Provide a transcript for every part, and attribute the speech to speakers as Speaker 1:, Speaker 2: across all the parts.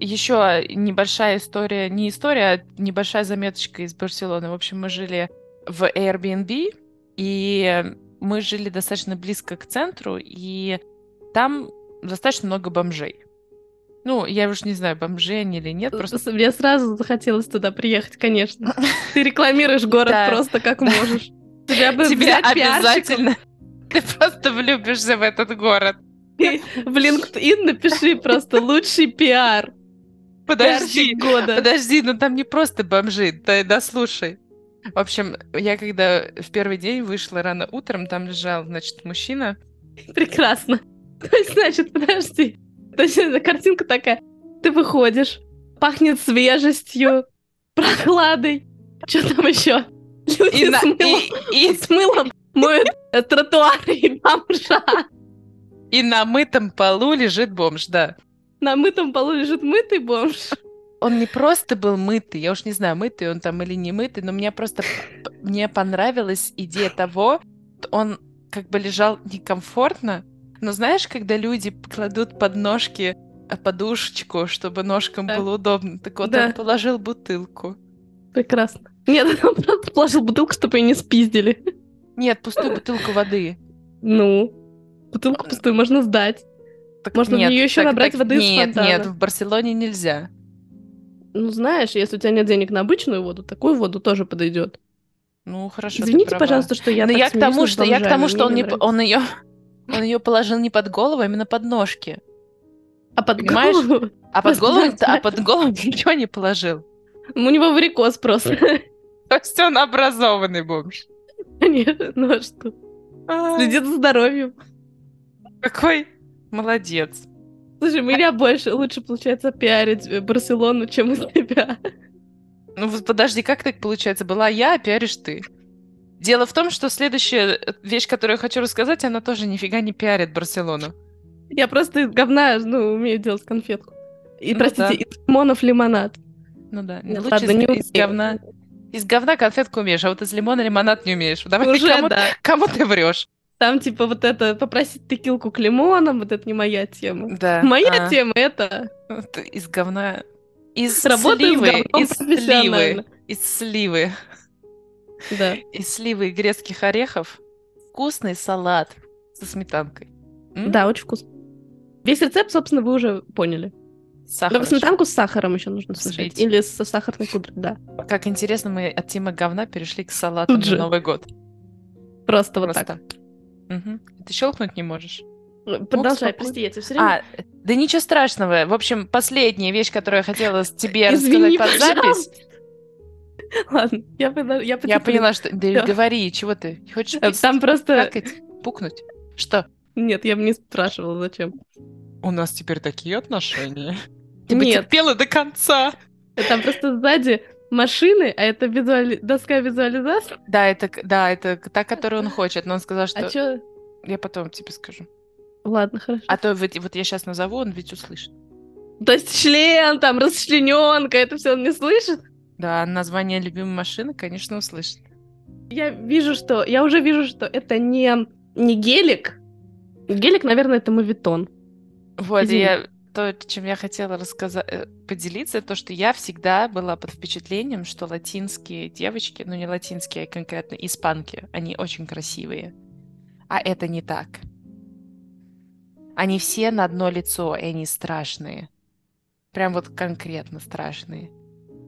Speaker 1: еще небольшая история, не история, а небольшая заметочка из Барселоны. В общем, мы жили в Airbnb, и мы жили достаточно близко к центру, и там достаточно много бомжей. Ну, я уж не знаю, бомжи они или нет. Просто...
Speaker 2: Мне сразу захотелось туда приехать, конечно. Ты рекламируешь город да. просто как да. можешь.
Speaker 1: Тебя
Speaker 2: Э,
Speaker 1: бы Тебе обязательно. Ты просто влюбишься в этот город.
Speaker 2: В LinkedIn напиши просто лучший пиар.
Speaker 1: Подожди, года. подожди, ну там не просто бомжи, да, да слушай. В общем, я когда в первый день вышла рано утром, там лежал, значит, мужчина.
Speaker 2: Прекрасно. То есть, значит, подожди. То есть э, картинка такая. Ты выходишь, пахнет свежестью, прохладой. Что там еще? Люди и с, на... мылом, и, и... с мылом моют э, тротуары и бомжа.
Speaker 1: И на мытом полу лежит бомж, да.
Speaker 2: На мытом полу лежит мытый бомж.
Speaker 1: Он не просто был мытый, я уж не знаю, мытый он там или не мытый, но мне просто мне понравилась идея того, он как бы лежал некомфортно, но знаешь, когда люди кладут под ножки подушечку, чтобы ножкам да. было удобно, так вот да. он положил бутылку.
Speaker 2: Прекрасно. Нет, он просто положил бутылку, чтобы ее не спиздили.
Speaker 1: Нет, пустую бутылку воды.
Speaker 2: Ну, бутылку пустую можно сдать.
Speaker 1: Так
Speaker 2: можно
Speaker 1: нет,
Speaker 2: в нее еще
Speaker 1: так,
Speaker 2: набрать
Speaker 1: так,
Speaker 2: воды
Speaker 1: нет,
Speaker 2: из фонтана.
Speaker 1: Нет, в Барселоне нельзя.
Speaker 2: Ну, знаешь, если у тебя нет денег на обычную воду, такую воду тоже подойдет.
Speaker 1: Ну, хорошо.
Speaker 2: Извините,
Speaker 1: ты права.
Speaker 2: пожалуйста, что я
Speaker 1: Но
Speaker 2: так
Speaker 1: Ну, я к
Speaker 2: смеюсь
Speaker 1: тому,
Speaker 2: над
Speaker 1: что я к тому,
Speaker 2: бомжами,
Speaker 1: что он
Speaker 2: мне
Speaker 1: не
Speaker 2: не
Speaker 1: п-
Speaker 2: нравится.
Speaker 1: он ее он ее положил не под голову, а именно под ножки.
Speaker 2: А под
Speaker 1: понимаешь?
Speaker 2: голову?
Speaker 1: А под
Speaker 2: Просто
Speaker 1: голову,
Speaker 2: да.
Speaker 1: а под голову ничего не положил.
Speaker 2: У него варикоз просто.
Speaker 1: То есть он образованный бомж.
Speaker 2: Конечно, ну а что?
Speaker 1: А,
Speaker 2: Следит за здоровьем.
Speaker 1: Какой молодец.
Speaker 2: Слушай, меня больше, лучше получается пиарить э, Барселону, чем из тебя.
Speaker 1: Ну вот подожди, как так получается? Была я, а пиаришь ты. Дело в том, что следующая э, вещь, которую я хочу рассказать, она тоже нифига не пиарит Барселону.
Speaker 2: Я просто из говна, ну, умею делать конфетку. И,
Speaker 1: Ну
Speaker 2: простите,
Speaker 1: да.
Speaker 2: из лимонов лимонад.
Speaker 1: Ну да,
Speaker 2: Ну
Speaker 1: лучше
Speaker 2: ладно,
Speaker 1: из,
Speaker 2: не
Speaker 1: из
Speaker 2: умею.
Speaker 1: говна. Из говна конфетку умеешь, а вот из лимона лимонад не умеешь. Давай
Speaker 2: Уже,
Speaker 1: кому,
Speaker 2: да.
Speaker 1: кому ты врешь?
Speaker 2: Там, типа, вот это, попросить текилку к лимонам, вот это не моя тема.
Speaker 1: Да.
Speaker 2: Моя
Speaker 1: а,
Speaker 2: тема это
Speaker 1: вот Из говна. Из
Speaker 2: Работаю с
Speaker 1: сливы.
Speaker 2: говном
Speaker 1: Из сливы.
Speaker 2: профессионально.
Speaker 1: Из сливы.
Speaker 2: да.
Speaker 1: Из сливы и грецких орехов. Вкусный салат со сметанкой. М?
Speaker 2: Да, очень вкусно. Весь рецепт, собственно, вы уже поняли.
Speaker 1: Сахар.
Speaker 2: Только сметанку с сахаром еще нужно смешать.
Speaker 1: Слить.
Speaker 2: Или со сахарной пудрой, да.
Speaker 1: Как интересно, мы от темы говна перешли к салату
Speaker 2: Тут
Speaker 1: на
Speaker 2: же.
Speaker 1: Новый год.
Speaker 2: Просто вот
Speaker 1: Просто.
Speaker 2: так. Э,
Speaker 1: Мгм. Ты щелкнуть не можешь.
Speaker 2: Продолжай,
Speaker 1: спокойно.
Speaker 2: прости, я тебе все время...
Speaker 1: Ну, А, да ничего страшного. В общем, последняя вещь, которую я хотела с- тебе
Speaker 2: Извини,
Speaker 1: рассказать под запись.
Speaker 2: Ладно, я поняла. Я,
Speaker 1: Я
Speaker 2: потерплю.
Speaker 1: поняла, что... Да
Speaker 2: Всё.
Speaker 1: говори, чего ты? Хочешь
Speaker 2: Э,
Speaker 1: писать,
Speaker 2: Там просто...
Speaker 1: какать, пукнуть? Что?
Speaker 2: Нет, я бы не спрашивала, зачем.
Speaker 1: У нас теперь такие отношения. Ты
Speaker 2: Ты бы типа Нет.
Speaker 1: терпела до конца.
Speaker 2: Э, Там просто сзади машины, а это визуали- доска визуализации.
Speaker 1: Да, это, к- да, это к- та, которую он хочет, но он сказал, что...
Speaker 2: А чё?
Speaker 1: Я потом тебе скажу.
Speaker 2: Ладно, хорошо.
Speaker 1: А то вот, вот я сейчас назову, он ведь услышит.
Speaker 2: То есть член, там, расчлененка, это все он не слышит?
Speaker 1: Да, название любимой машины, конечно, услышит.
Speaker 2: Я вижу, что... Я уже вижу, что это не, не гелик. Гелик, наверное, это мовитон.
Speaker 1: Вот, и
Speaker 2: Извини.
Speaker 1: я то, чем я хотела рассказать, поделиться, то, что я всегда была под впечатлением, что латинские девочки, ну не латинские, а конкретно испанки, они очень красивые. А это не так. Они все на одно лицо, и они страшные. Прям вот конкретно страшные.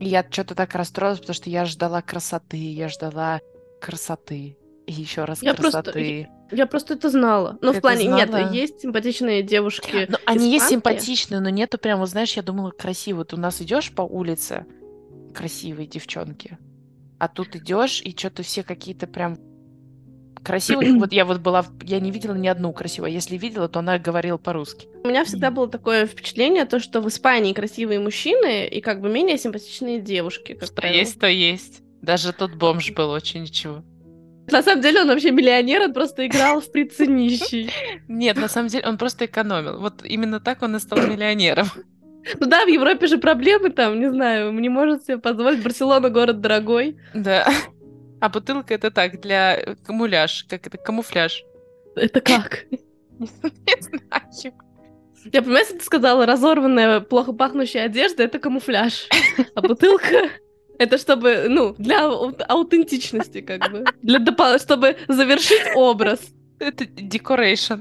Speaker 1: И я что-то так расстроилась, потому что я ждала красоты, я ждала красоты. И еще раз
Speaker 2: Я просто-
Speaker 1: красоты.
Speaker 2: Я просто это знала. Ну,
Speaker 1: Ты это
Speaker 2: в плане,
Speaker 1: знала?
Speaker 2: нет, есть симпатичные девушки.
Speaker 1: Ну, они есть
Speaker 2: испанки.
Speaker 1: симпатичные, но нету прям, вот знаешь, я думала, красиво. Вот у нас идешь по улице, красивые девчонки, а тут идешь и что-то все какие-то прям красивые. вот я вот была, в- я не видела ни одну красивую. А Если видела, то она говорила по-русски.
Speaker 2: У меня всегда было такое впечатление, то, что в Испании красивые мужчины и как бы менее симпатичные девушки, как правило.
Speaker 1: то есть. Даже тот бомж был очень ничего.
Speaker 2: На самом деле он вообще миллионер, он просто играл в прице нищий.
Speaker 1: Нет, на самом деле он просто экономил. Вот именно так он и стал миллионером.
Speaker 2: Ну да, в Европе же проблемы там, не знаю, не может себе позволить. Барселона город дорогой.
Speaker 1: Да. А бутылка это так, для э, камуляж, как это, камуфляж. А
Speaker 2: Это как?
Speaker 1: Не знаю.
Speaker 2: Я понимаю, если бы ты сказала, разорванная, плохо пахнущая одежда — это камуфляж. А бутылка — это чтобы, ну, для ау- аутентичности как бы. Для допол- чтобы завершить образ.
Speaker 1: Это декорейшн.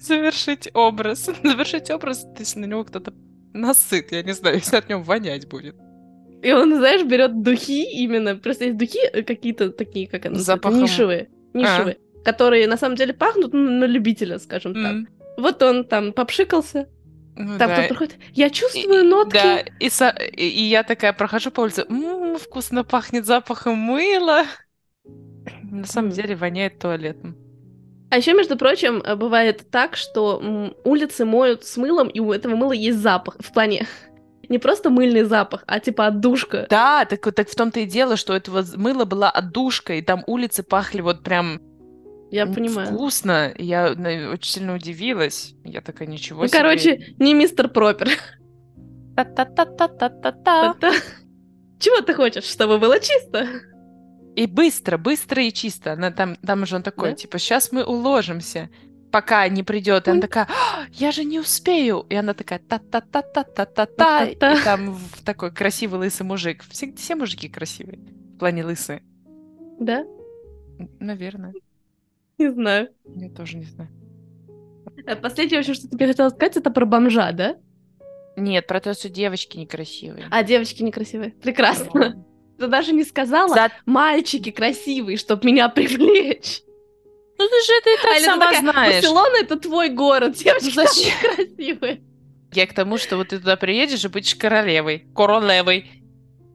Speaker 1: Завершить образ. Завершить образ, если на него кто-то насыт, я не знаю, если от него вонять будет.
Speaker 2: И он, знаешь, берет духи именно. Просто есть духи э, какие-то такие, как они
Speaker 1: С
Speaker 2: называются,
Speaker 1: запахом. А.
Speaker 2: нишевые. Нишевые. Которые на самом деле пахнут ну, на любителя, скажем так.
Speaker 1: М,
Speaker 2: Вот он там попшикался,
Speaker 1: ну
Speaker 2: там
Speaker 1: да.
Speaker 2: кто-то приходит. Я чувствую
Speaker 1: И- и-
Speaker 2: нотки.
Speaker 1: Да, и, со- и- и я такая прохожу по улице, «М, вкусно пахнет запахом мыла. На самом
Speaker 2: Мгм.
Speaker 1: деле воняет туалетом.
Speaker 2: А еще, между прочим, э, бывает так, что м, улицы моют с мылом, и у этого мыла есть запах. В плане не просто мыльный запах, а типа отдушка.
Speaker 1: Да, так, вот- так в том-то и дело, что у этого з- мыла была отдушка, и там улицы пахли вот прям
Speaker 2: Я
Speaker 1: м,
Speaker 2: понимаю.
Speaker 1: вкусно. И Я на- очень сильно удивилась. Я такая, ничего
Speaker 2: Ну,
Speaker 1: себе.
Speaker 2: короче, не мистер Пропер.
Speaker 1: Та-та-та-та-та-та-та.
Speaker 2: Чего ты хочешь, чтобы было чисто?
Speaker 1: И быстро, быстро и чисто. Она там, там же он такой,
Speaker 2: Да?
Speaker 1: типа, сейчас мы уложимся, пока не придет. И она
Speaker 2: Ой.
Speaker 1: такая, «А, я же не успею. И она такая, та-та-та-та-та-та-та. И
Speaker 2: Та-та-та.
Speaker 1: там в- такой красивый лысый мужик. Все, все мужики красивые, в плане лысые.
Speaker 2: Да?
Speaker 1: Н- Наверное,
Speaker 2: Не знаю.
Speaker 1: я тоже не знаю.
Speaker 2: А Последнее, вообще, что тебе хотела сказать, это про бомжа, да?
Speaker 1: Нет, про то, что девочки некрасивые.
Speaker 2: А, девочки некрасивые.
Speaker 1: а
Speaker 2: Прекрасно. Ты даже не сказала,
Speaker 1: За-
Speaker 2: мальчики красивые, чтоб меня привлечь.
Speaker 1: Ну ты же это и так
Speaker 2: Аля, ты
Speaker 1: сама
Speaker 2: такая,
Speaker 1: знаешь. Ну
Speaker 2: Барселона — это твой город, девочки там
Speaker 1: Зачем?
Speaker 2: некрасивые.
Speaker 1: Я к тому, что вот ты туда приедешь и будешь королевой. Королевой.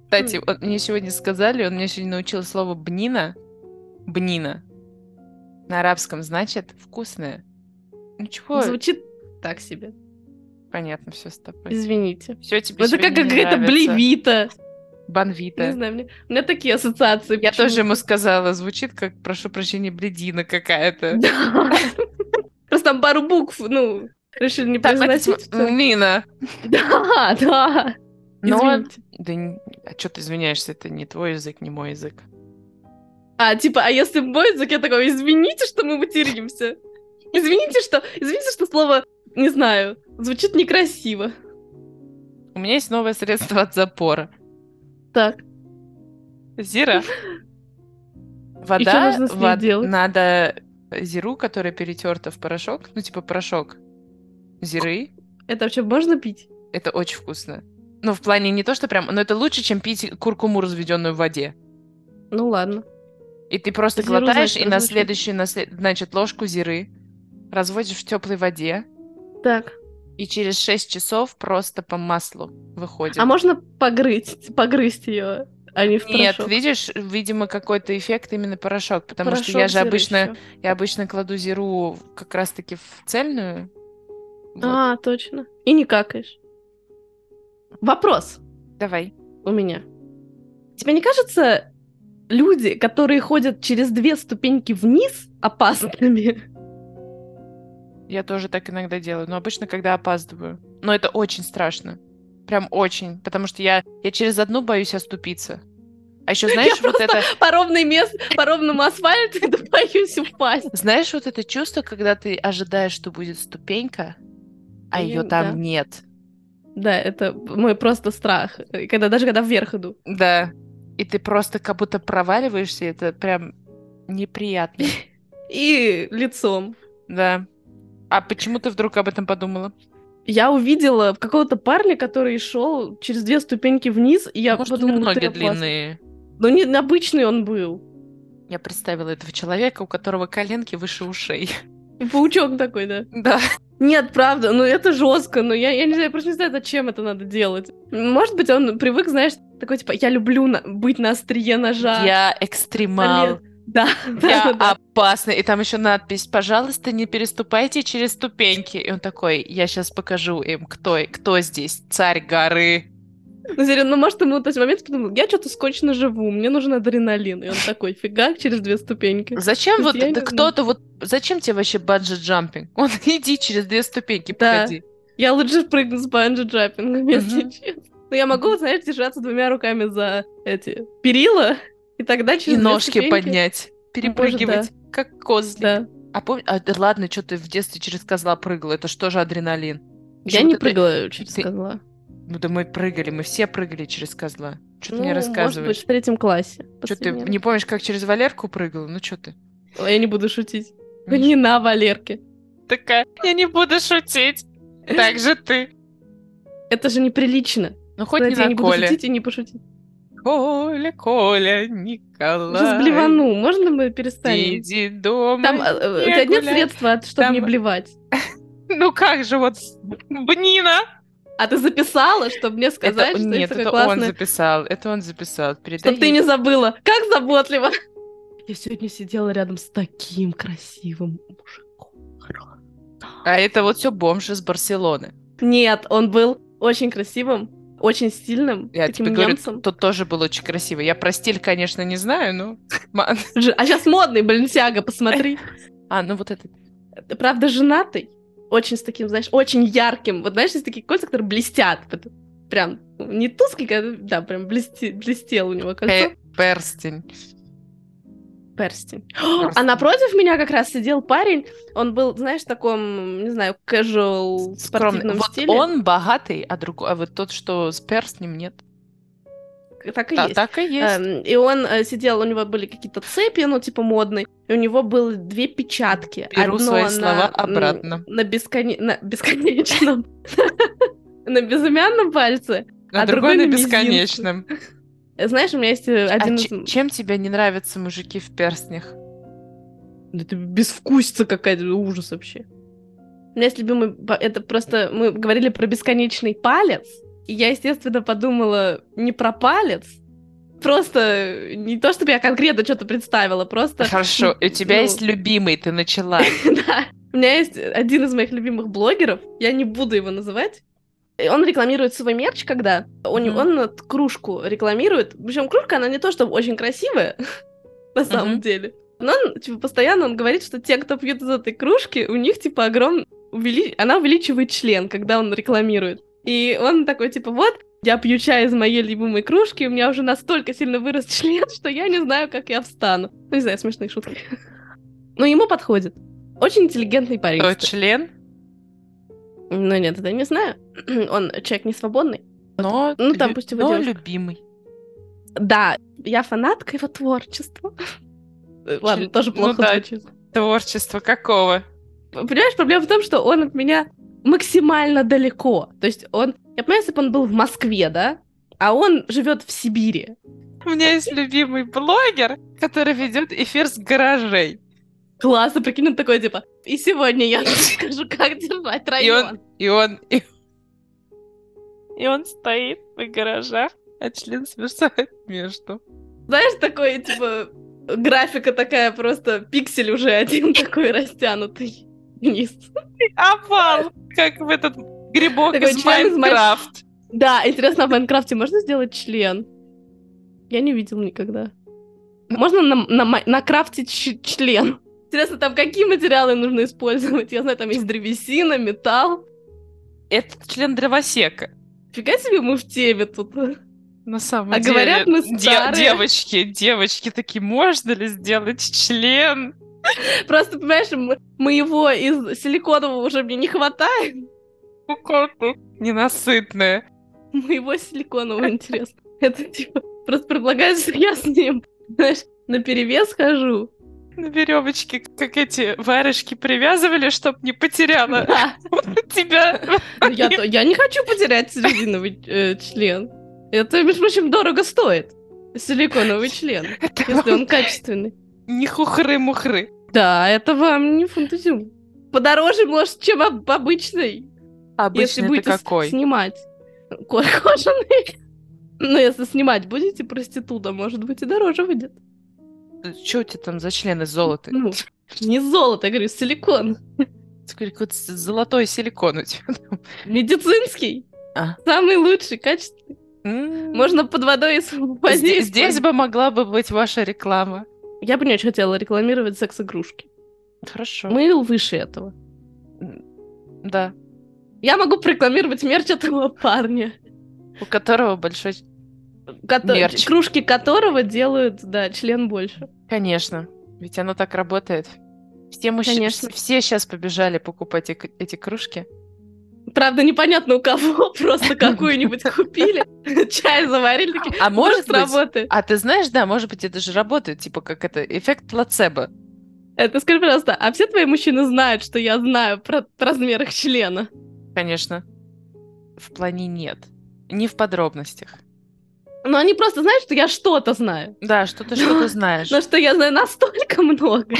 Speaker 1: Кстати,
Speaker 2: Хм.
Speaker 1: он- мне сегодня сказали, он меня сегодня научил слово бнина. Бнина. На арабском значит вкусная. Ну чего?
Speaker 2: Звучит так себе.
Speaker 1: Понятно, все с тобой.
Speaker 2: Извините.
Speaker 1: Все тебе
Speaker 2: Это как
Speaker 1: сегодня не
Speaker 2: какая-то
Speaker 1: нравится.
Speaker 2: блевита. Не
Speaker 1: Банвита.
Speaker 2: знаю, мне- у меня такие ассоциации.
Speaker 1: Я
Speaker 2: почему-то.
Speaker 1: тоже ему сказала, звучит как, прошу прощения, бредина какая-то.
Speaker 2: Да. Просто там пару букв, ну, решили не
Speaker 1: Так,
Speaker 2: произносить. в целом.
Speaker 1: Нина.
Speaker 2: Да, да.
Speaker 1: Но,
Speaker 2: Извините.
Speaker 1: да, н- а что ты извиняешься, это не твой язык, не мой язык.
Speaker 2: А, типа, а если мой язык, я такой, извините, что мы материмся. Извините, что... Извините, что слово, не знаю, звучит некрасиво.
Speaker 1: У меня есть новое средство от запора.
Speaker 2: Так,
Speaker 1: Зира. Вода,
Speaker 2: нужно с ней
Speaker 1: вод-
Speaker 2: делать?
Speaker 1: надо зиру, которая перетерта в порошок, ну типа порошок зиры.
Speaker 2: это вообще можно пить?
Speaker 1: Это очень вкусно. Ну, в плане не то, что прям, но это лучше, чем пить куркуму, разведенную в воде.
Speaker 2: Ну, ладно.
Speaker 1: И ты просто
Speaker 2: Зиру,
Speaker 1: глотаешь
Speaker 2: значит,
Speaker 1: и на
Speaker 2: разводить.
Speaker 1: следующую, на след- значит, ложку зиры разводишь в теплой воде,
Speaker 2: Так.
Speaker 1: и через 6 часов просто по маслу выходит.
Speaker 2: А можно погрызть, погрызть ее, а не в
Speaker 1: Нет,
Speaker 2: порошок?
Speaker 1: видишь, видимо, какой-то эффект именно порошок, потому что я
Speaker 2: Порошок
Speaker 1: же
Speaker 2: зиры
Speaker 1: обычно
Speaker 2: ещё.
Speaker 1: Я обычно кладу зиру в- как раз-таки в цельную. Вот.
Speaker 2: А, точно. И не какаешь. Вопрос
Speaker 1: Давай.
Speaker 2: у меня. Тебе не кажется, люди, которые ходят через две ступеньки вниз, опасными?
Speaker 1: Я тоже так иногда делаю, но обычно, когда опаздываю. Но это очень страшно. Прям очень. Потому что я, я через одну боюсь оступиться. А еще знаешь, вот
Speaker 2: просто-
Speaker 1: это,
Speaker 2: По ровной мест, по ровному асфальту, да боюсь упасть.
Speaker 1: знаешь, вот это чувство, когда ты ожидаешь, что будет ступенька, а
Speaker 2: И
Speaker 1: ее
Speaker 2: да.
Speaker 1: там нет.
Speaker 2: Да, это мой просто страх. И Когда, даже когда вверх иду.
Speaker 1: Да. И ты просто как будто проваливаешься, и это прям неприятно.
Speaker 2: И лицом.
Speaker 1: Да. А почему ты вдруг об этом подумала?
Speaker 2: Я увидела какого-то парня, который шел через две ступеньки вниз, и я
Speaker 1: Может, у него
Speaker 2: подумала,
Speaker 1: ноги
Speaker 2: ты опасный.
Speaker 1: длинные.
Speaker 2: Ну, не обычный он был.
Speaker 1: Я представила этого человека, у которого коленки выше ушей.
Speaker 2: И паучок такой, да.
Speaker 1: Да.
Speaker 2: Нет, правда, ну это жестко, но я, я не знаю, я просто не знаю, зачем это надо делать. Может быть, он привык, знаешь, такой типа, я люблю на- быть на острие ножа.
Speaker 1: Я экстремал.
Speaker 2: Да,
Speaker 1: Я
Speaker 2: да, да.
Speaker 1: опасный. И там еще надпись «Пожалуйста, не переступайте через ступеньки». И он такой «Я сейчас покажу им, кто, кто здесь, царь горы».
Speaker 2: Ну, Зерин, ну, может, ему в тот момент подумал, я что-то скучно живу, мне нужен адреналин. И он такой, фигак, через две ступеньки.
Speaker 1: Зачем
Speaker 2: Слушай,
Speaker 1: вот
Speaker 2: я не
Speaker 1: это
Speaker 2: знаю.
Speaker 1: кто-то вот... Зачем тебе вообще банджи-джампинг? Он иди через две ступеньки,
Speaker 2: Да.
Speaker 1: походи.
Speaker 2: Я лучше прыгну с банджи-джаппингом, если
Speaker 1: Мгм.
Speaker 2: честно. Но я могу, знаешь, держаться двумя руками за эти перила, и тогда
Speaker 1: И
Speaker 2: через две
Speaker 1: ножки
Speaker 2: ступеньки-
Speaker 1: поднять, перепрыгивать, как козлик.
Speaker 2: Да.
Speaker 1: А помни... а, да ладно, что ты в детстве через козла прыгала, это что же адреналин?
Speaker 2: Я
Speaker 1: Чё вот
Speaker 2: не
Speaker 1: это-
Speaker 2: прыгала через
Speaker 1: ты-
Speaker 2: козла.
Speaker 1: Ну да мы прыгали, мы все прыгали через козла. Что ты
Speaker 2: Ну,
Speaker 1: мне
Speaker 2: Может быть,
Speaker 1: рассказываешь?
Speaker 2: в третьем классе.
Speaker 1: Что ты
Speaker 2: последний
Speaker 1: не помнишь, как через Валерку прыгала? Ну что ты?
Speaker 2: раз. Ой, Я не буду шутить. Не на Валерке.
Speaker 1: такая, я не буду шутить. Так же ты.
Speaker 2: Это же неприлично.
Speaker 1: Ну хоть
Speaker 2: Знаете, я
Speaker 1: не
Speaker 2: не
Speaker 1: на
Speaker 2: буду
Speaker 1: Коле.
Speaker 2: шутить и не пошутить.
Speaker 1: Коля, Коля, Николай.
Speaker 2: Сейчас блевану. Можно мы перестанем?
Speaker 1: Иди дома.
Speaker 2: Там, а, э, у
Speaker 1: не
Speaker 2: тебя нет
Speaker 1: гуляй.
Speaker 2: средства, от- чтобы
Speaker 1: Там-
Speaker 2: не блевать.
Speaker 1: Ну как же вот Бнина?
Speaker 2: А ты записала, чтобы мне сказать, что
Speaker 1: нет,
Speaker 2: это
Speaker 1: это он
Speaker 2: классно.
Speaker 1: записал. Это он записал. Передай
Speaker 2: Чтобы ты
Speaker 1: ей.
Speaker 2: не забыла. Как заботливо. Я сегодня сидела рядом с таким красивым мужиком.
Speaker 1: А это вот все бомж из Барселоны.
Speaker 2: Нет, он был очень красивым, очень сильным,
Speaker 1: Я
Speaker 2: таким
Speaker 1: тебе говорю,
Speaker 2: немцем.
Speaker 1: тот тоже был очень красивый. Я про стиль, конечно, не знаю, но... Ма-
Speaker 2: Ж- А сейчас модный, Баленсиага, посмотри.
Speaker 1: А, ну вот это...
Speaker 2: Правда, женатый. Очень с таким, знаешь, очень ярким. Вот знаешь, есть такие кольца, которые блестят. Вот Прям ну, не тускленько, а, да, прям блести, блестел у него кольцо.
Speaker 1: пе- Э, Перстень.
Speaker 2: Перстень. А
Speaker 1: Перстень.
Speaker 2: напротив меня как раз сидел парень. Он был, знаешь, в таком, не знаю, casual
Speaker 1: Скромный.
Speaker 2: спортивном
Speaker 1: Вот
Speaker 2: стиле.
Speaker 1: он богатый, а другой... А вот тот, что с перстнем, нет.
Speaker 2: Так и
Speaker 1: Та-
Speaker 2: есть.
Speaker 1: Так и есть.
Speaker 2: Эм, И он э, сидел, у него были какие-то цепи, ну, типа модные. И у него было две печатки.
Speaker 1: Беру
Speaker 2: Одно
Speaker 1: свои
Speaker 2: на-
Speaker 1: слова
Speaker 2: м,
Speaker 1: обратно.
Speaker 2: На, бесконе- на бесконечном. На безымянном пальце.
Speaker 1: А,
Speaker 2: а
Speaker 1: другой
Speaker 2: другой
Speaker 1: на
Speaker 2: на мизинце.
Speaker 1: бесконечном.
Speaker 2: Э, Знаешь, у меня есть э,
Speaker 1: А
Speaker 2: один
Speaker 1: че-
Speaker 2: из...
Speaker 1: чем тебе не нравятся мужики в перстнях?
Speaker 2: Да Это безвкусица какая-то, ужас вообще. У меня есть любимый... па- Это просто... Мы говорили про бесконечный палец. И я, естественно, подумала не про палец, Просто не то, чтобы я конкретно что-то представила, просто
Speaker 1: Хорошо, у тебя
Speaker 2: ну-
Speaker 1: есть любимый, ты начала.
Speaker 2: Да. У меня есть один из моих любимых блогеров, я не буду его называть. И Он рекламирует свой мерч, когда он,
Speaker 1: Мгм.
Speaker 2: он вот кружку рекламирует. Причем кружка, она не то, чтобы очень красивая, на самом
Speaker 1: Мгм.
Speaker 2: деле. Но он, типа, постоянно он говорит, что те, кто пьют из этой кружки, у них, типа, огромный... Она увеличивает член, когда он рекламирует. И он такой, типа, вот, я пью чай из моей любимой кружки, у меня уже настолько сильно вырос член, что я не знаю, как я встану. Ну, не знаю, смешные шутки. Но ему подходит. Очень интеллигентный парень.
Speaker 1: Кто
Speaker 2: кстати.
Speaker 1: член,
Speaker 2: Ну нет, это я не знаю. Он человек не свободный.
Speaker 1: но,
Speaker 2: Ну, там
Speaker 1: лю-
Speaker 2: пусть его
Speaker 1: но
Speaker 2: девушка.
Speaker 1: любимый.
Speaker 2: Да, я фанатка его творчества. Э, Ладно,
Speaker 1: Член-
Speaker 2: тоже
Speaker 1: ну
Speaker 2: плохо
Speaker 1: да.
Speaker 2: звучит.
Speaker 1: Творчество какого?
Speaker 2: Понимаешь, проблема в том, что он от меня максимально далеко. То есть он... Я понимаю, если бы он был в Москве, да? А он живет в Сибири.
Speaker 1: У меня есть любимый блогер, который ведет эфир с гаражей.
Speaker 2: Классно, прикинь, он такой, типа, и сегодня я расскажу, как держать район.
Speaker 1: И он... И, и он стоит в гаражах, а член сверзает между.
Speaker 2: Знаешь, такой, типа, графика такая просто, пиксель уже один такой растянутый вниз.
Speaker 1: Опал! А Как в этот грибок
Speaker 2: Такой
Speaker 1: из
Speaker 2: член из Майн-
Speaker 1: Майнкрафт.
Speaker 2: Да, интересно, а в Майнкрафте можно сделать член? Я не видел никогда. Можно на, на, май- накрафтить щ- член? Интересно, там какие материалы нужно использовать? Я знаю, там есть древесина, металл.
Speaker 1: Это член дровосека.
Speaker 2: Фига себе мы в теме тут.
Speaker 1: На самом
Speaker 2: А
Speaker 1: деле,
Speaker 2: говорят, мы
Speaker 1: де-
Speaker 2: старые.
Speaker 1: девочки, девочки такие, можно ли сделать член?
Speaker 2: Просто, понимаешь, м- моего из силиконового уже мне не хватает.
Speaker 1: Ненасытная.
Speaker 2: Моего силиконового, интересно. Это типа, просто предлагаю, что я с ним, знаешь, на перевес хожу.
Speaker 1: На веревочке, как эти варежки привязывали, чтоб не потеряла
Speaker 2: Да.
Speaker 1: тебя.
Speaker 2: А, Ну, Я, то- я не хочу потерять резиновый э, член. Это, между прочим, дорого стоит. Силиконовый член,
Speaker 1: Это
Speaker 2: если
Speaker 1: вам
Speaker 2: он качественный.
Speaker 1: не хухры-мухры.
Speaker 2: Да, это вам не фантазиум. Подороже, может, чем об- обычный, если
Speaker 1: Обычный
Speaker 2: будете
Speaker 1: это
Speaker 2: с-
Speaker 1: какой?
Speaker 2: снимать. Ко- Кожаный. Ну, если снимать будете проститута, может быть, и дороже выйдет.
Speaker 1: Что Э, у тебя там за член из золота?
Speaker 2: Ну, не золото, я говорю, силикон.
Speaker 1: Скорее, Какой-то с- золотой силикон у тебя. там.
Speaker 2: Медицинский.
Speaker 1: А.
Speaker 2: Самый лучший, качественный.
Speaker 1: М.
Speaker 2: Можно под водой и с-
Speaker 1: Зде-
Speaker 2: воздействовать.
Speaker 1: Здесь бы могла бы быть ваша реклама.
Speaker 2: Я бы не очень хотела рекламировать секс-игрушки.
Speaker 1: Хорошо.
Speaker 2: Мы выше этого.
Speaker 1: Да.
Speaker 2: Я могу рекламировать мерч этого парня,
Speaker 1: У которого большой...
Speaker 2: кото-
Speaker 1: Мерч.
Speaker 2: кружки которого делают, да, член больше.
Speaker 1: Конечно, ведь оно так работает. Все мужчины,
Speaker 2: Конечно.
Speaker 1: все сейчас побежали покупать эк- эти кружки.
Speaker 2: Правда, непонятно у кого, просто какую-нибудь купили, чай заварили, такие,
Speaker 1: А может
Speaker 2: может,
Speaker 1: быть...
Speaker 2: работает.
Speaker 1: А ты знаешь, да, может быть, это же работает, типа как это, эффект плацебо.
Speaker 2: Э, Ты скажи, пожалуйста, а все твои мужчины знают, что я знаю про размер их члена?
Speaker 1: Конечно. В плане нет. Не в подробностях.
Speaker 2: Но они просто знают, что я что-то знаю.
Speaker 1: Да, что ты что-то знаешь.
Speaker 2: Но что я знаю настолько много.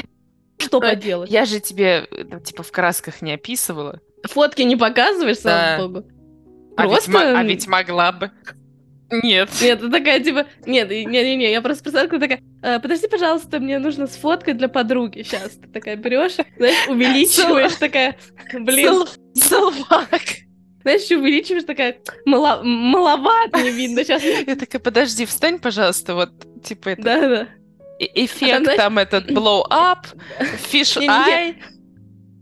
Speaker 2: Что
Speaker 1: Ой,
Speaker 2: поделать?
Speaker 1: Я же тебе, э, там, типа, в красках не описывала.
Speaker 2: Фотки не показываешь, слава
Speaker 1: Да.
Speaker 2: богу.
Speaker 1: А ведь
Speaker 2: Просто-
Speaker 1: мо- А ведь могла бы. Нет.
Speaker 2: Нет, ты такая, типа, нет, и- не-не-не, я просто представляю, такая, «Э, подожди, пожалуйста, мне нужно сфоткать для подруги. Сейчас ты такая берешь, знаешь, увеличиваешь, такая, блин,
Speaker 1: Салвак.
Speaker 2: знаешь, увеличиваешь, такая, «Мало- маловато, не видно сейчас.
Speaker 1: Я такая, подожди, встань, пожалуйста, вот, типа, это...
Speaker 2: Да-да.
Speaker 1: э- эффект,
Speaker 2: знаешь-
Speaker 1: там этот blow-up, fish
Speaker 2: Не-не-не.
Speaker 1: eye.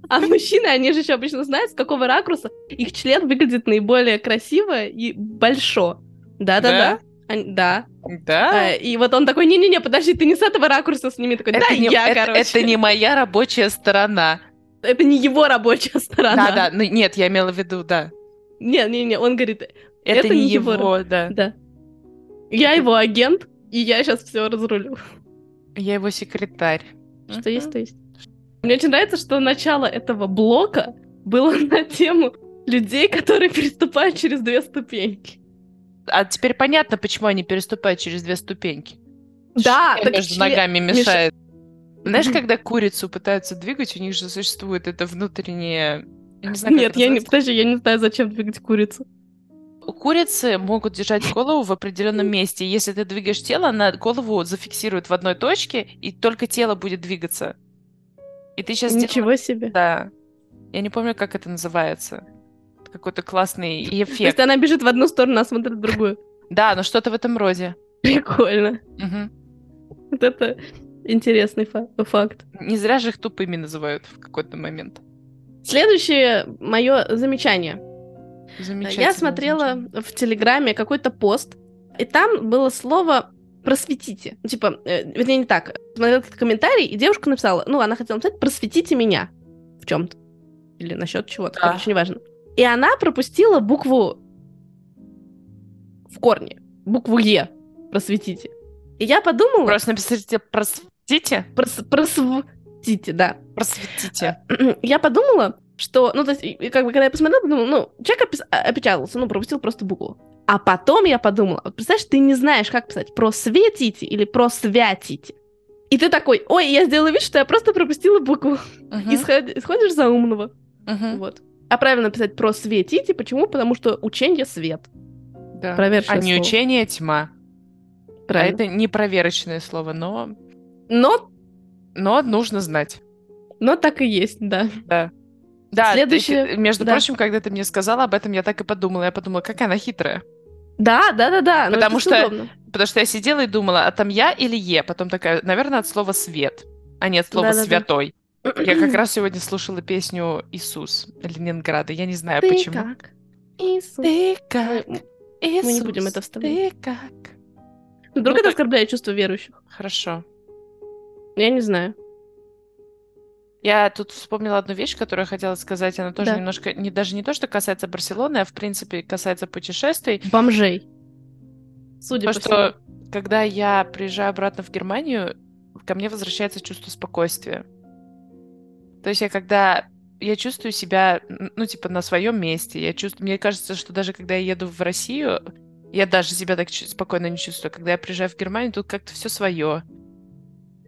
Speaker 2: А мужчины, они же еще обычно знают, с какого ракурса их член выглядит наиболее красиво и большо. Да-да-да. Они- Да.
Speaker 1: Да. Э,
Speaker 2: Э, И вот он такой, не-не-не, подожди, ты не с этого ракурса сними. Такой, да,
Speaker 1: А. Это не-
Speaker 2: я,
Speaker 1: это-
Speaker 2: короче.
Speaker 1: это не моя рабочая сторона.
Speaker 2: Это не его рабочая сторона.
Speaker 1: Да, да, ну, нет, я имела в виду, да.
Speaker 2: Не-не-не, он говорит,
Speaker 1: Это,
Speaker 2: Это
Speaker 1: не,
Speaker 2: не его
Speaker 1: его, да.
Speaker 2: да. Я его агент, и я сейчас все разрулю.
Speaker 1: Я его секретарь.
Speaker 2: Что есть, то есть. Мне очень нравится, что начало этого блока было на тему людей, которые переступают через две ступеньки.
Speaker 1: А теперь понятно, почему они переступают через две ступеньки.
Speaker 2: Да,
Speaker 1: Член
Speaker 2: так
Speaker 1: А, между
Speaker 2: член-
Speaker 1: ногами
Speaker 2: меша-
Speaker 1: мешает. Знаешь, когда курицу пытаются двигать, у них же существует это внутреннее... Я не знаю, как
Speaker 2: Нет,
Speaker 1: это
Speaker 2: я не,
Speaker 1: называется.
Speaker 2: подожди, я не знаю, зачем двигать курицу.
Speaker 1: У курицы могут держать голову в определенном месте. и Если ты двигаешь тело, она голову зафиксирует в одной точке, и только тело будет двигаться. И ты сейчас
Speaker 2: Ничего себе.
Speaker 1: Да. Я не помню, как это называется. Какой-то классный
Speaker 2: То есть
Speaker 1: эффект.
Speaker 2: она бежит в одну сторону, а смотрит в другую.
Speaker 1: Да, но что-то в этом роде.
Speaker 2: Прикольно.
Speaker 1: Мгм.
Speaker 2: Вот это интересный фа- факт.
Speaker 1: Не зря же их тупыми называют в какой-то момент.
Speaker 2: Следующее мое замечание.
Speaker 1: Замечательно.
Speaker 2: Я смотрела
Speaker 1: замечательно.
Speaker 2: в Телеграме какой-то пост, и там было слово «просветите». Ну, Типа, э, вернее, не так. Смотрела этот комментарий, и девушка написала, ну, она хотела написать «просветите меня» в чем то Или насчет чего-то,
Speaker 1: Да.
Speaker 2: короче, неважно. И она пропустила букву в корне, букву «е» «просветите». И я подумала...
Speaker 1: Просто написите просветите.
Speaker 2: Прос- просветите, да.
Speaker 1: Просветите.
Speaker 2: Я подумала, что, ну, то есть, и- и как бы, когда я посмотрела, подумала, ну, человек опис- а- опечатался, ну, пропустил просто букву. А потом я подумала, вот представляешь, ты не знаешь, как писать, просветите или просвятите. И ты такой, ой, я сделала вид, что я просто пропустила букву.
Speaker 1: Мгм,
Speaker 2: И сходи- сходишь за умного.
Speaker 1: мгм.
Speaker 2: Вот. А правильно писать просветите, почему? Потому что учение свет.
Speaker 1: Да.
Speaker 2: Проверь
Speaker 1: А
Speaker 2: сейчас
Speaker 1: не
Speaker 2: слово.
Speaker 1: учение, а тьма. А
Speaker 2: Правильно.
Speaker 1: это не проверочное слово, но...
Speaker 2: Но,
Speaker 1: Но нужно знать.
Speaker 2: но так и есть, да.
Speaker 1: Да. Да, ты-
Speaker 2: Следующее-
Speaker 1: между
Speaker 2: да.
Speaker 1: прочим, когда ты мне сказала об этом, я так и подумала. Я подумала, какая она хитрая.
Speaker 2: Да, да, да, да. но
Speaker 1: Потому
Speaker 2: это всё
Speaker 1: что-
Speaker 2: удобно.
Speaker 1: Потому что я сидела и думала, а там я или е? Потом такая, наверное, от слова свет, а не от слова
Speaker 2: Да-да-да.
Speaker 1: святой. Я как раз сегодня слушала песню Иисус Ленинграда. Я не знаю
Speaker 2: Ты
Speaker 1: А почему.
Speaker 2: как? Иисус.
Speaker 1: Ты как?
Speaker 2: Мы-
Speaker 1: Иисус,
Speaker 2: не будем это вставлять.
Speaker 1: Ты как?
Speaker 2: Вдруг
Speaker 1: Ну,
Speaker 2: это
Speaker 1: так-
Speaker 2: оскорбляет чувство верующих?
Speaker 1: Хорошо.
Speaker 2: Я не знаю.
Speaker 1: Я тут вспомнила одну вещь, которую я хотела сказать. Она тоже
Speaker 2: Да.
Speaker 1: немножко, не, даже не то, что касается Барселоны, а в принципе касается путешествий.
Speaker 2: Бомжей. Судя
Speaker 1: То,
Speaker 2: по
Speaker 1: что когда я приезжаю обратно в Германию, ко мне возвращается чувство спокойствия. То есть я когда я чувствую себя, н- ну, типа, на своем месте. Я чувствую, мне кажется, что даже когда я еду в Россию, я даже себя так чу- спокойно не чувствую. Когда я приезжаю в Германию, тут как-то все свое.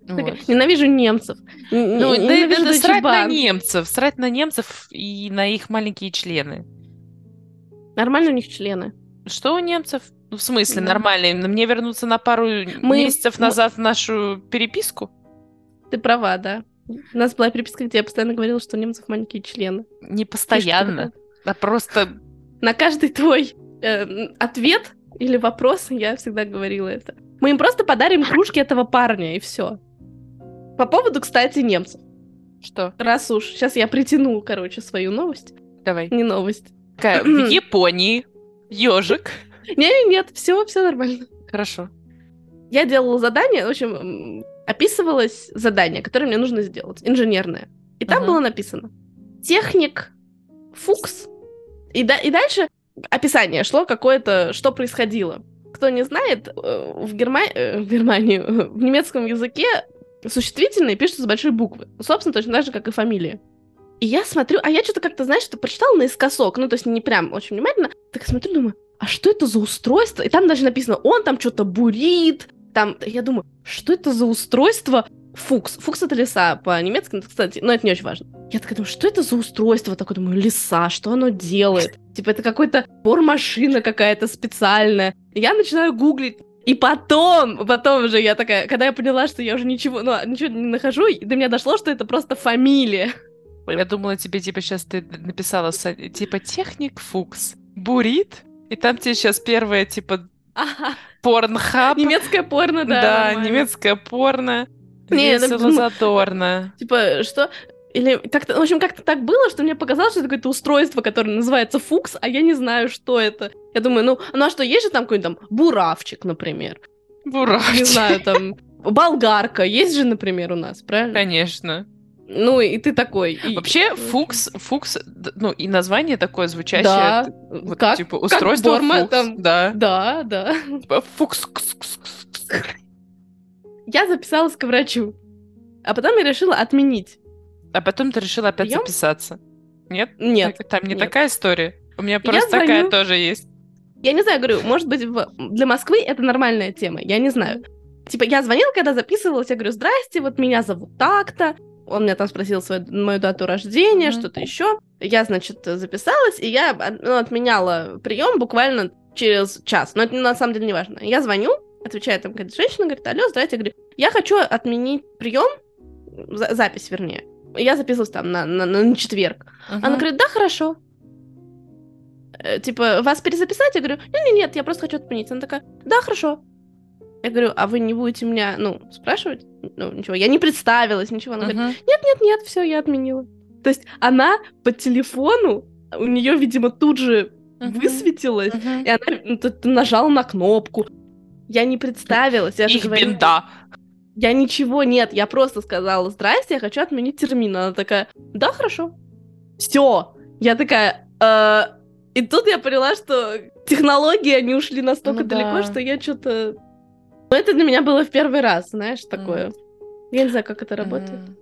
Speaker 2: всему. Такая, Ненавижу немцев. Н-
Speaker 1: Ну,
Speaker 2: н-
Speaker 1: да,
Speaker 2: ненавижу
Speaker 1: да, да,
Speaker 2: Deutsche
Speaker 1: срать на
Speaker 2: Bahn.
Speaker 1: немцев, срать на немцев и на их маленькие члены.
Speaker 2: Нормально у них члены.
Speaker 1: Что у немцев? Ну, в смысле,
Speaker 2: Да.
Speaker 1: нормально? Мне вернуться на пару
Speaker 2: Мы-
Speaker 1: месяцев
Speaker 2: мы-
Speaker 1: назад в нашу переписку?
Speaker 2: Ты права, да. У нас была переписка, где я постоянно говорила, что у немцев маленькие члены.
Speaker 1: Не
Speaker 2: Фишка
Speaker 1: постоянно, а просто...
Speaker 2: На каждый твой э, м, ответ или вопрос я всегда говорила это. Мы им просто подарим кружки этого парня, и все. По поводу, кстати, немцев.
Speaker 1: Что?
Speaker 2: Раз уж, сейчас я притяну, короче, свою новость.
Speaker 1: Давай.
Speaker 2: Не новость.
Speaker 1: Такая, В Японии ежик.
Speaker 2: Не, нет, все, все нормально.
Speaker 1: Хорошо.
Speaker 2: Я делала задание, в общем, м, описывалось задание, которое мне нужно сделать, инженерное. И там
Speaker 1: Ага.
Speaker 2: было написано: техник Фукс И, да, и дальше описание шло какое-то, что происходило. Кто не знает, э, в, Герма... э, в Германии, в немецком языке существительные пишутся с большой буквы. Собственно, точно так же, как и фамилии. И я смотрю, а я что-то как-то, знаешь, что прочитала наискосок, ну, то есть не прям очень внимательно, так я смотрю, думаю, а что это за устройство? И там даже написано, он там что-то бурит, там, я думаю, что это за устройство? Фукс. Фукс это леса по-немецки, ну, кстати, но это не очень важно. Я такая думаю, что это за устройство? Такое думаю, леса, что оно делает? Типа это какой-то бормашина какая-то специальная. И я начинаю гуглить, и потом, потом уже я такая, когда я поняла, что я уже ничего, ну, ничего не нахожу, и до меня дошло, что это просто фамилия.
Speaker 1: Я думала, тебе типа сейчас ты написала со- типа техник Фукс бурит, и там тебе сейчас первое типа
Speaker 2: Ага.
Speaker 1: порнхаб.
Speaker 2: Немецкое порно, да.
Speaker 1: Да,
Speaker 2: нормально.
Speaker 1: немецкое порно.
Speaker 2: Не, ну, я
Speaker 1: Весело,
Speaker 2: думаю-
Speaker 1: задорно.
Speaker 2: Типа, что... Или как-то, в общем, как-то так было, что мне показалось, что это какое-то устройство, которое называется фукс, а я не знаю, что это. Я думаю, ну, ну а что, есть же там какой-нибудь там буравчик, например? Не
Speaker 1: Бурашки.
Speaker 2: знаю, там болгарка есть же, например, у нас, правильно?
Speaker 1: Конечно.
Speaker 2: Ну, и ты такой. и- э,
Speaker 1: Вообще,
Speaker 2: Очень.
Speaker 1: фукс, фукс, д- ну и название такое звучащее.
Speaker 2: Да,
Speaker 1: т- вот,
Speaker 2: как?
Speaker 1: Типа устройство
Speaker 2: Борма
Speaker 1: фукс,
Speaker 2: там.
Speaker 1: Да.
Speaker 2: Да, да.
Speaker 1: Типа Фукс. кс- кс- кс- кс.
Speaker 2: Я записалась к врачу, а потом я решила отменить.
Speaker 1: А потом ты решила опять
Speaker 2: Приём?
Speaker 1: записаться. Нет?
Speaker 2: Нет,
Speaker 1: Так- Там не
Speaker 2: нет.
Speaker 1: такая история. У меня просто такая
Speaker 2: звоню.
Speaker 1: тоже есть.
Speaker 2: Я не знаю, говорю, может быть, в- для Москвы это нормальная тема, я не знаю. Типа, я звонила, когда записывалась, я говорю, здрасте, вот меня зовут так-то. Он меня там спросил свою, мою дату рождения,
Speaker 1: Мгм.
Speaker 2: что-то еще. Я, значит, записалась, и я от- ну, отменяла прием буквально через час. Но это на самом деле не важно. Я звоню, отвечает там какая-то женщина, говорит, алло, здрасте, я говорю, я хочу отменить прием, за- запись, вернее. Я записывалась там на- на- на четверг. Она говорит, да, хорошо. Э, Типа, вас перезаписать? Я говорю, нет, нет, нет, я просто хочу отменить. Она такая, да, хорошо. Я говорю, а вы не будете меня, ну, спрашивать? Ну, ничего, я не представилась, ничего. Она говорит,
Speaker 1: Мгм.
Speaker 2: нет, нет, нет, все, я отменила. То есть она по телефону, у нее, видимо, тут же
Speaker 1: Мгм.
Speaker 2: высветилась,
Speaker 1: Мгм.
Speaker 2: и она ну, т- т- нажала на кнопку. Я не представилась, я же
Speaker 1: Их
Speaker 2: говорю,
Speaker 1: бинда.
Speaker 2: я ничего, нет, я просто сказала, здрасте, я хочу отменить термин. Она такая, да, хорошо. Все. Я такая, «Э». и тут я поняла, что технологии, они ушли настолько
Speaker 1: Ну
Speaker 2: далеко,
Speaker 1: да.
Speaker 2: что я что-то... Но это для меня было в первый раз, знаешь, такое. Я не знаю, как это работает.
Speaker 1: М.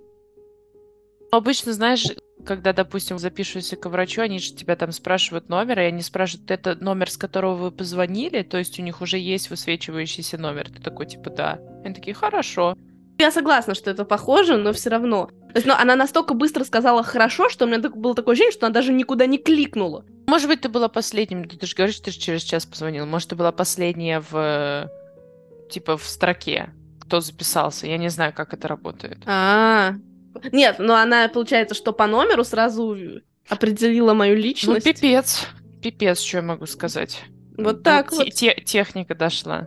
Speaker 1: Обычно, знаешь, когда, допустим, запишешься к врачу, они же тебя там спрашивают номер, и они спрашивают, это номер, с которого вы позвонили, то есть у них уже есть высвечивающийся номер. Ты такой, типа, да. Они такие, хорошо.
Speaker 2: Я согласна, что это похоже, но все равно. То есть, ну, она настолько быстро сказала хорошо, что у меня так- было такое ощущение, что она даже никуда не кликнула.
Speaker 1: Может быть, ты была последним, ты же говоришь, ты же через час позвонил. Может, ты была последняя в, э, типа, в строке, кто записался. Я не знаю, как это работает. Ну,
Speaker 2: А. Нет, но она, получается, что по номеру сразу определила мою
Speaker 1: Ну,
Speaker 2: личность.
Speaker 1: пипец. Пипец, что я могу сказать.
Speaker 2: Вот так
Speaker 1: те-
Speaker 2: вот.
Speaker 1: те- техника дошла.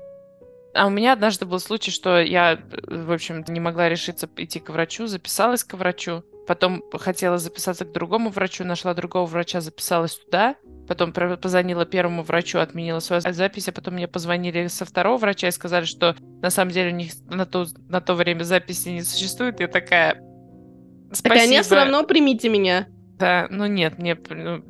Speaker 1: А у меня однажды был случай, что я, э, в общем, не могла решиться идти к врачу, записалась к врачу, потом хотела записаться к другому врачу, нашла другого врача, записалась туда, потом про- позвонила первому врачу, отменила свою запись, а потом мне позвонили со второго врача и сказали, что на самом деле у них на то, на то время записи не существует. Я такая... Спасибо.
Speaker 2: Так они все равно примите меня.
Speaker 1: Да, ну нет, мне ну,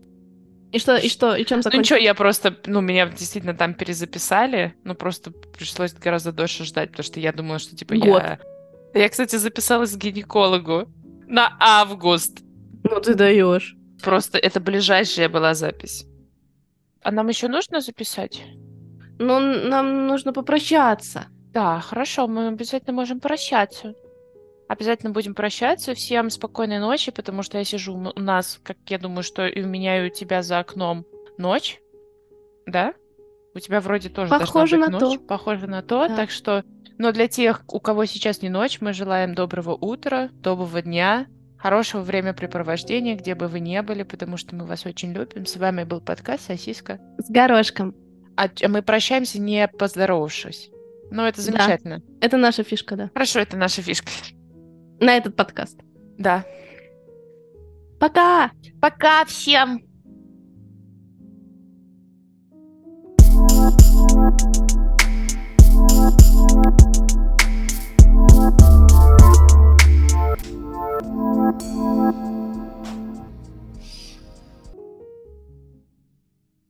Speaker 2: И что, и что, и чем
Speaker 1: ну ничего,
Speaker 2: закончилось?
Speaker 1: я просто, ну, меня действительно там перезаписали, но просто пришлось гораздо дольше ждать, потому что я думала, что, типа,
Speaker 2: Год.
Speaker 1: я... Я, кстати, записалась к гинекологу на август.
Speaker 2: Ну ты даешь.
Speaker 1: Просто это ближайшая была запись. А нам еще нужно записать?
Speaker 2: Ну, нам нужно попрощаться.
Speaker 1: Да, хорошо, мы обязательно можем прощаться. Обязательно будем прощаться. Всем спокойной ночи, потому что я сижу м- у нас, как я думаю, что и у меня, и у тебя за окном ночь. Да? У тебя вроде тоже должна
Speaker 2: Похоже
Speaker 1: быть
Speaker 2: на
Speaker 1: ночь.
Speaker 2: то.
Speaker 1: Похоже на то.
Speaker 2: Да.
Speaker 1: Так что, но для тех, у кого сейчас не ночь, мы желаем доброго утра, доброго дня, хорошего времяпрепровождения, где бы вы ни были, потому что мы вас очень любим. С вами был подкаст «Сосиска».
Speaker 2: С горошком.
Speaker 1: А ч- мы прощаемся, не поздоровавшись. Но это
Speaker 2: Да.
Speaker 1: замечательно.
Speaker 2: Это наша фишка, да.
Speaker 1: Хорошо, это наша фишка.
Speaker 2: На этот подкаст.
Speaker 1: Да.
Speaker 2: Пока!
Speaker 1: Пока всем!